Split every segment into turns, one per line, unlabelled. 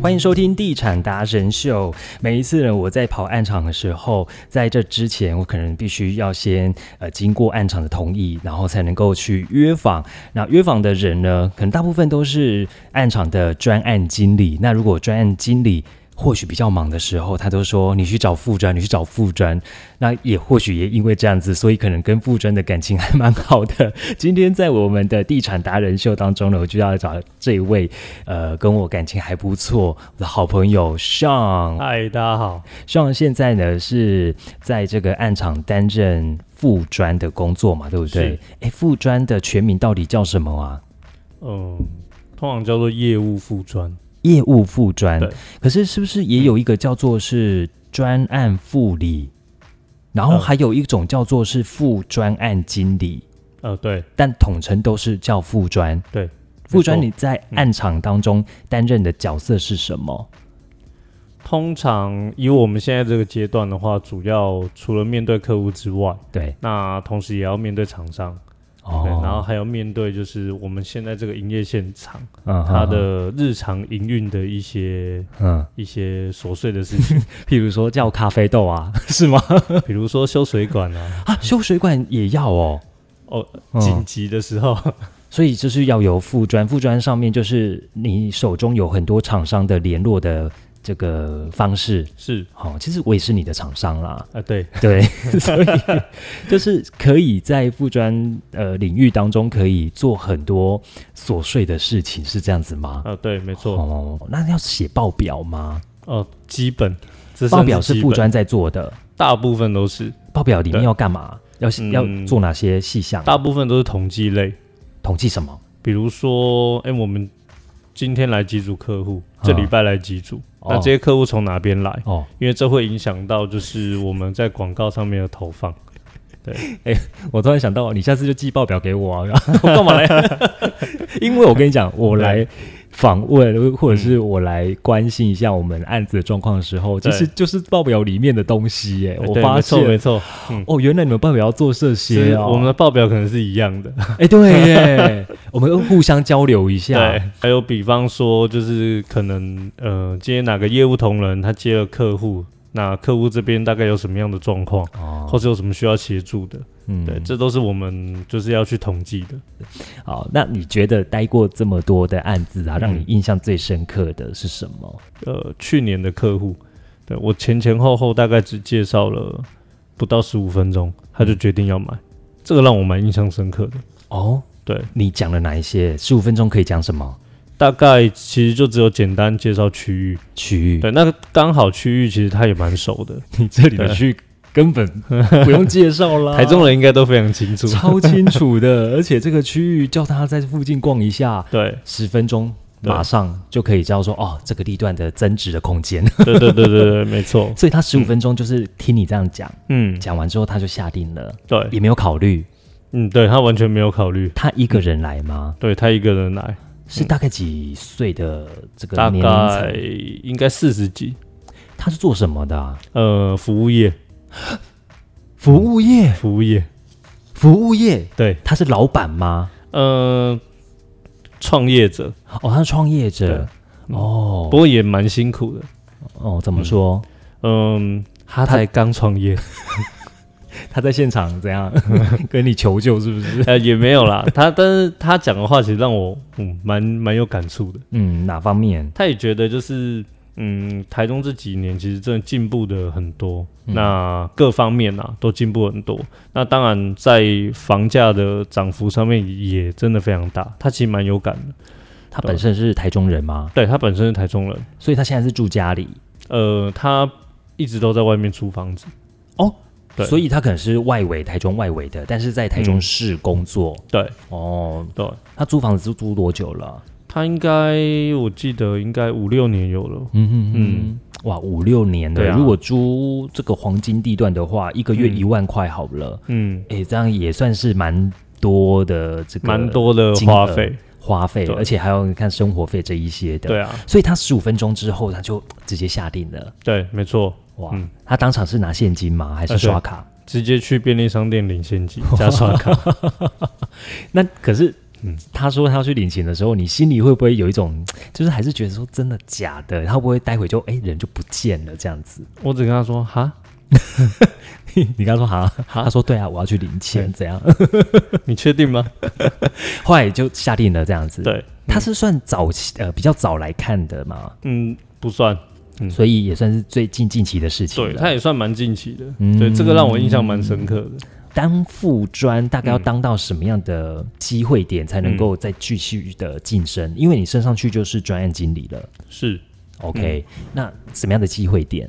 欢迎收听《地产达人秀》。每一次呢，我在跑暗场的时候，在这之前，我可能必须要先呃经过暗场的同意，然后才能够去约访。那约访的人呢，可能大部分都是暗场的专案经理。那如果专案经理或许比较忙的时候，他都说你去找副专，你去找副专。那也或许也因为这样子，所以可能跟副专的感情还蛮好的。 今天在我们的地产达人秀当中呢，我就要找这一位呃跟我感情还不错的好朋友上
嗨，大家好。
上现在呢是在这个暗场担任副专的工作嘛，对不对
是？
哎，副专的全名到底叫什么啊？
嗯，通常叫做业务副专，
业务副专
对，
可是是不是也有一个叫做是专案副理，然后
嗯
还有一种叫做是副专案经理，
呃，对，
但统称都是叫副专。
对，
副专
没错
你在暗场当中担任的角色是什么？
通常以我们现在这个阶段的话，主要除了面对客户之外，
对，
那同时也要面对厂商，
哦
对，然后还要面对就是我们现在这个营业现场，
嗯
它的日常营运的一些
嗯，
一些琐碎的事 情，
譬如说叫咖啡豆啊， 是吗？
比如说修水管啊，
啊，修水管也要哦，
哦，
嗯
紧急的时候，
所以就是要有副专，副专上面就是你手中有很多厂商的联络的这个方式。
是
哦，其实我也是你的厂商 啦，
啊、对，
对，所以就是可以在副专呃领域当中可以做很多琐碎的事情，是这样子吗？
啊、对，没错，
哦，那要写报表吗？
哦、基本，这
报
算
表是
基
副
本，
专在做的，
大部分都是。
报表里面
对
要干嘛？要
嗯
要做哪些细项？
大部分都是统计类，
统计什么？
比如说，哎、我们今天来几组客户，
啊
这礼拜来几组，
哦
那这些客户从哪边来？
哦，
因为这会影响到就是我们在广告上面的投放。
哎我突然想到，你下次就寄报表给我啊， 然后我干嘛来？因为我跟你讲，我来访问或者是我来关心一下我们案子的状况的时候，其
对
实就是报表里面的东西耶、我
哎对
发
没错没
现。
错，嗯，
哦，原来你们报表要做这些
是
哦。
我们的报表可能是一样的。
哎、对耶，我们互相交流一
对
下。，
还有比方说，就是可能呃，今天哪个业务同仁他接了客户，那客户这边大概有什么样的状况，
哦，
或是有什么需要协助的？
嗯
对，这都是我们就是要去统计的。
好，那你觉得待过这么多的案子啊，让你印象最深刻的是什么？
呃去年的客户，对我前前后后大概只介绍了不到十五分钟，他就决定要买，这个让我蛮印象深刻的。
哦，
对，
你讲了哪一些？十五分钟可以讲什么
大概其实就只有简单介绍区域，
区域？
对，那刚好区域其实他也蛮熟的，
你这里的区域根本不用介绍啦，
台中人应该都非常清楚。
超清楚的，而且这个区域叫他在附近逛一下，
对
十分钟。
对
马上就可以知道说哦，这个地段的增值的空间，
对对对对对，没错。
所以他十五分钟就是听你这样讲，
嗯，
讲完之后他就下定了，
对，
也没有考虑
嗯，对他完全没有考虑，
他一个人来吗？
对他一个人来，
是大概几岁的这个
大
年龄
概
层？
应该四十几，
他是做什么的啊、
呃，服务业，
服务业，
服务业，
服务业，
对，
他是老板吗？
呃，创业者，
哦，他是创业者。
嗯
哦
不过也蛮辛苦的。
哦，怎么说？
嗯，他才刚创业，
他在现场怎样 跟你求救？是不是？
呃，也没有啦。他但是他讲的话，其实让我嗯蛮蛮有感触的。
嗯，哪方面？
他也觉得就是嗯，台中这几年其实真的进步的很多，那各方面啊都进步很多。那当然在房价的涨幅上面也真的非常大，他其实蛮有感的。
他本身是台中人吗？
对他本身是台中人，
所以他现在是住家里
呃，他一直都在外面租房子。
哦。
对
所以他可能是外围台中外围的，但是在台中市工作、
对
哦。
对，
他租房子租多久了？
他应该我记得应该五六年有了，
嗯哼嗯
嗯，
哇，五六年了。
对啊
如果租这个黄金地段的话，一个月
嗯
一万块好了，
嗯，
哎、这样也算是蛮多的这个
蛮多的花费，
花费，
对
而且还要看生活费这一些的。
对，啊，
所以他十五分钟之后他就直接下定了。
对，没错，
哇，
嗯
他当场是拿现金吗？还是
啊对
刷卡？
直接去便利商店领现金加刷卡，
那可是他说他去领钱的时候，你心里会不会有一种，就是还是觉得说真的假的？他会不会待会就哎、人就不见了这样子？
我只跟他说哈，
你刚说哈，
哈
他说对啊，我要去领钱，这样？
你确定 吗？
后来就下定了这样子。，
对，
他是算早期呃比较早来看的嘛，
嗯，不算，嗯
所以也算是最近近期的事情
对，
了。
他也算蛮近期的，
嗯
对，这个让我印象蛮深刻的。
当副专大概要当到什么样的机会点才能够再继续的晋升？因为你升上去就是专案经理了。
是
OK，、那什么样的机会点？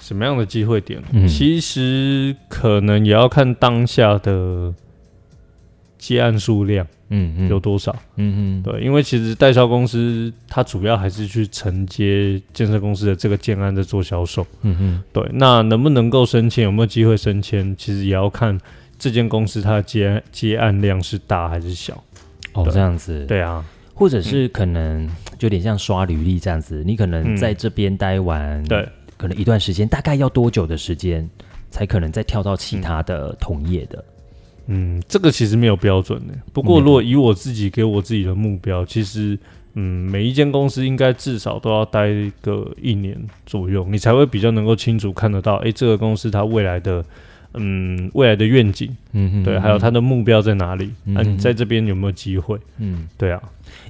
什么样的机会点？
嗯
其实可能也要看当下的接案数量
嗯嗯
有多少。
嗯嗯
对，因为其实代销公司它主要还是去承接建设公司的这个建案在做销售。
嗯嗯
对，那能不能够升迁，有没有机会升迁，其实也要看这间公司它的接接案量是大还是小。
哦，
对
这样子，，
对啊，
或者是可能有点像刷履历这样子，你可能
嗯
在这边待完，
对，
可能一段时间，大概要多久的时间才可能再跳到其他的同业的？
嗯，这个其实没有标准的。不过，如果以我自己给我自己的目标，其实，嗯，每一间公司应该至少都要待个一年左右，你才会比较能够清楚看得到，诶，这个公司它未来的，嗯，未来的愿景，
嗯
对，还有它的目标在哪里？
嗯
啊，你在这边有没有机会？
嗯，
对啊，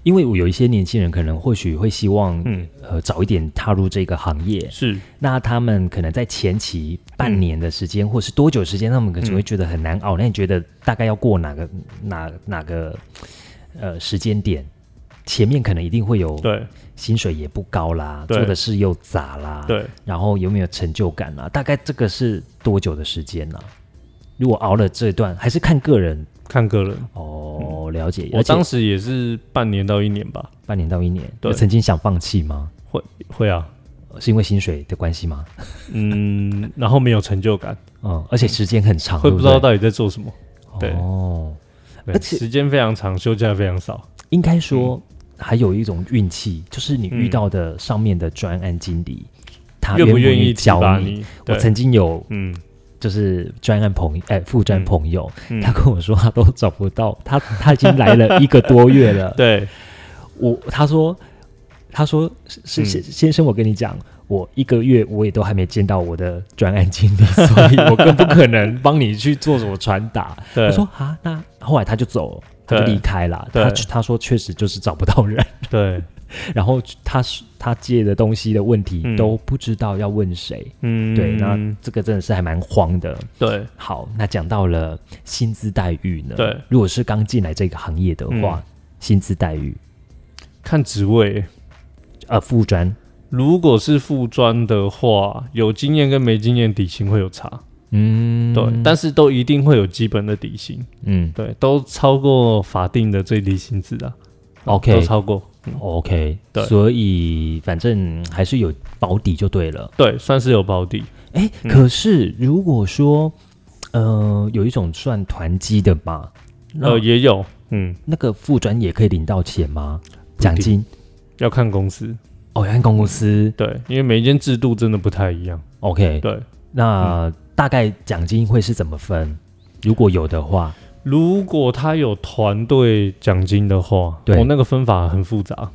因为我有一些年轻人可能或许会希望，
嗯，
呃，早一点踏入这个行业，
是，
那他们可能在前期半年的时间，或是多久时间，他们可能会觉得很难熬。那你觉得大概要过哪个哪哪个呃时间点？前面可能一定会有
对
薪水也不高啦，
对
做的事又杂啦，，
对。
然后有没有成就感啦？大概这个是多久的时间呢、啊如果熬了这段，还是看个人
看个人，
哦，了解。
嗯我当
时
时也是半年到一年吧，
半年到一年，
对
有曾经想放弃吗？
会啊，
是因为薪水的关系吗？
嗯，然后没有成就感，
嗯，而且时间很长，
会
对
不
不
知
对
道到底在做什么，对
哦。
对
而且
时间非常长，休假非常少，
应该说
嗯
还有一种运气，就是你遇到的上面的专案经理，他
愿
不
不愿意提拔
教你？
你？
我
对，
曾经有
嗯
就是专案朋友，哎、副专
嗯
朋友，
嗯。
他，跟我说他都找不到，他他已经来了一个多月了
对，
我他说他说是是、
嗯
先生，我跟你讲，我一个月我也都还没见到我的专案经理， 所以我更不可能帮你去做什么传达。
对
我说啊，那后来他就走了，他就
对
离开了。
对
他他说确实就是找不到人，
对，
然后他是他借的东西的问题
嗯
都不知道要问谁。
嗯，
对，那这个真的是还蛮慌的。
对，
好，那讲到了薪资待遇呢？
对，嗯
如果是刚进来这个行业的话，薪资待遇
看职位，
呃，副专，
如果是副专的话，有经验跟没经验底薪会有差，
嗯，
对，但是都一定会有基本的底薪，
嗯
对，都超过法定的最低薪资的
，OK
都超过，嗯
OK，
对
所以反正还是有保底就对了。
对，算是有保底，
哎、
嗯
可是如果说，呃，有一种算团积的吧，那、
呃，也有，嗯，
那个副专也可以领到钱吗？
不
奖
定
金？
要看公司，
哦，要看公司。
对，因为每一间制度真的不太一样，
OK，
对。嗯
那、大概奖金会是怎么分？如果有的话，
如果他有团队奖金的话，
对
哦、那个分法很复杂。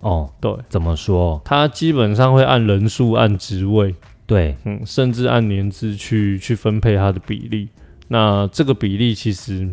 哦，
对，
怎么说？
他基本上会按人数、按职位，
对，
嗯，甚至按年资去去分配它的比例。那这个比例其实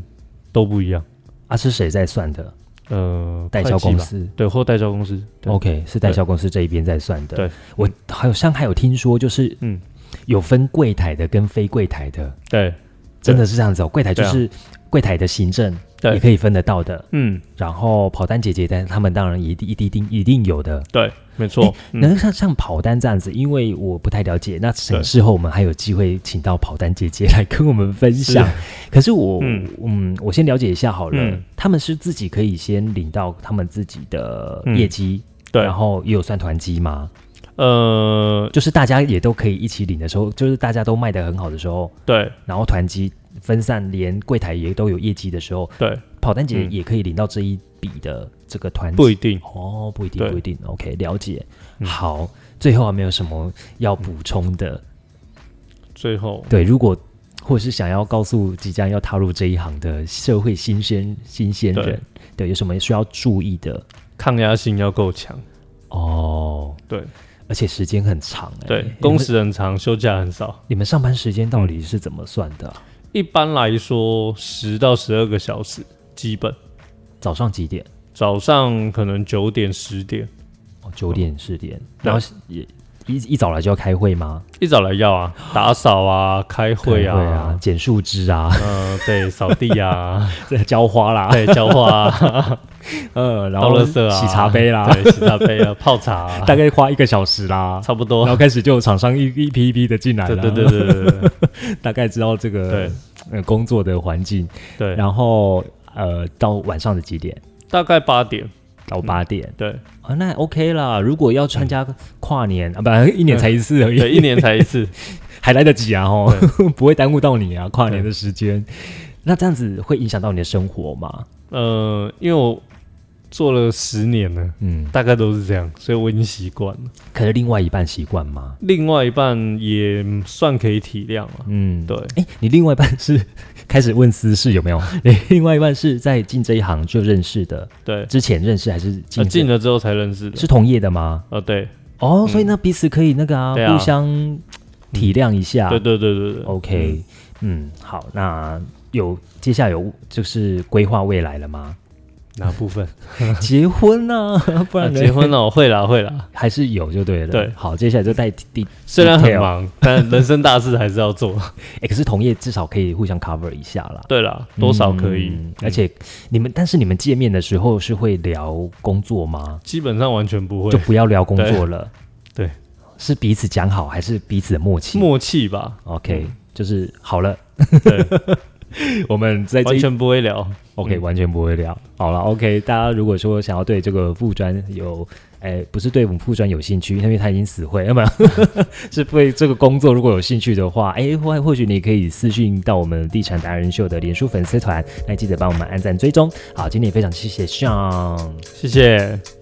都不一样。
啊，是谁在算的？
呃，
代销公
会计吧，
司。哦
对，或代销公司。对
OK，是代销公司这一边在算的。
对，
我好像还有听说，就是
嗯，
有分柜台的跟非柜台的，
对，
真的是这样子哦。柜台就
对啊
是柜台的行政
对
也可以分得到的，
嗯，
然后跑单姐姐单他们当然一定一定一定一定有的。
对，没错。嗯，
能像像跑单这样子，因为我不太了解，那省
对
事后我们还有机会请到跑单姐姐来跟我们分享。可是我嗯
嗯
我先了解一下好了，
嗯
他们是自己可以先领到他们自己的
嗯
业绩，
对
然，后也有算团积吗？
呃，
就是大家也都可以一起领的时候，就是大家都卖得很好的时候，
对，
然后团积分散，连柜台也都有业绩的时候，
对，
跑单姐
嗯
也可以领到这一笔的这个团积。
不一定。
哦，不一定，
对
不一定。OK，了解。
嗯
好，啊最后还没有什么要补充的。
最后，
对，如果或者是想要告诉即将要踏入这一行的社会新鲜新鲜人，
对
对，有什么需要注意的？
抗压性要够强。
哦，
对
而且时间很长、欸，
对
你们，
工时很长，休假很少。
你们上班时间到底是怎么算的啊、
一般来说，十到十二个小时基本。
早上几点？
早上可能九点十点，
哦，九点十点，
对
然后也一一早来就要开会吗？
一早来要啊，打扫啊，开会
开会啊
啊，，
剪树枝啊，
嗯，对，扫地啊，
浇花啦，
对，浇花啊，
呃，然
倒
后
垃圾啊，
洗茶杯 啦，
对，洗茶杯啊，泡茶 啊，
大概花一个小时啦。
差不
然
多。
后开始就有厂商一一批一批的进来
对
了，
对对对对对
大概知道这个
对
呃工作的环境，
对对，
然后呃到晚上的几点？
大概八点，
到八点、
对
啊，那 OK 啦。如果要参加跨年、啊，不，一年才一次而已，
嗯对，一年才一次，
还来得及啊，哦， 不会耽误到你啊，跨年的时间。那这样子会影响到你的生活吗？
呃，因为我做了十年了，
嗯，
大概都是这样，所以我已经习惯了。
可是另外一半习惯吗？
另外一半也算可以体谅了，
嗯，
对，
哎、你另外一半是 开始问私事有 没有？你另外一半是在进这一行就认识的，
对，
之前认识还是进
呃
这、
进了之后才认识的，
是同业的吗？
呃，对，
哦，所以那彼此可以那个啊，
对啊
互相体谅一下。
对对对对对
啊 OK，嗯好，那有接下来有就是规划未来了吗？
哪部分？
结婚啊， 不
啊
然呢
结婚 了，我会啦，会啦。
还是有就对了。
对
好，接下来就带第，
虽然很
Detail
忙，但人生大事还是要做。
哎，可是同业至少可以互相 cover 一下啦。
对啦，多少可以，
嗯
嗯
而且你们，但是你们见面的时候是会聊工作吗？
基本上完全不
就
会
不要聊工作了。
对，
是彼此讲好，还是彼此的默契
默契吧？
？OK，就是好了，
对，
嗯 我们在这
完
一
全不会聊。
OK，
嗯
完全不会聊。好了，OK，大家如果说想要对这个副专有，哎，不是对我们副专有兴趣，因为他已经死会，要不 然是对这个工作如果有兴趣的话，哎，或或许你可以私讯到我们地产达人秀的脸书粉丝团，那记得帮我们按赞追踪。好，今天也非常谢谢 Sean。
谢谢。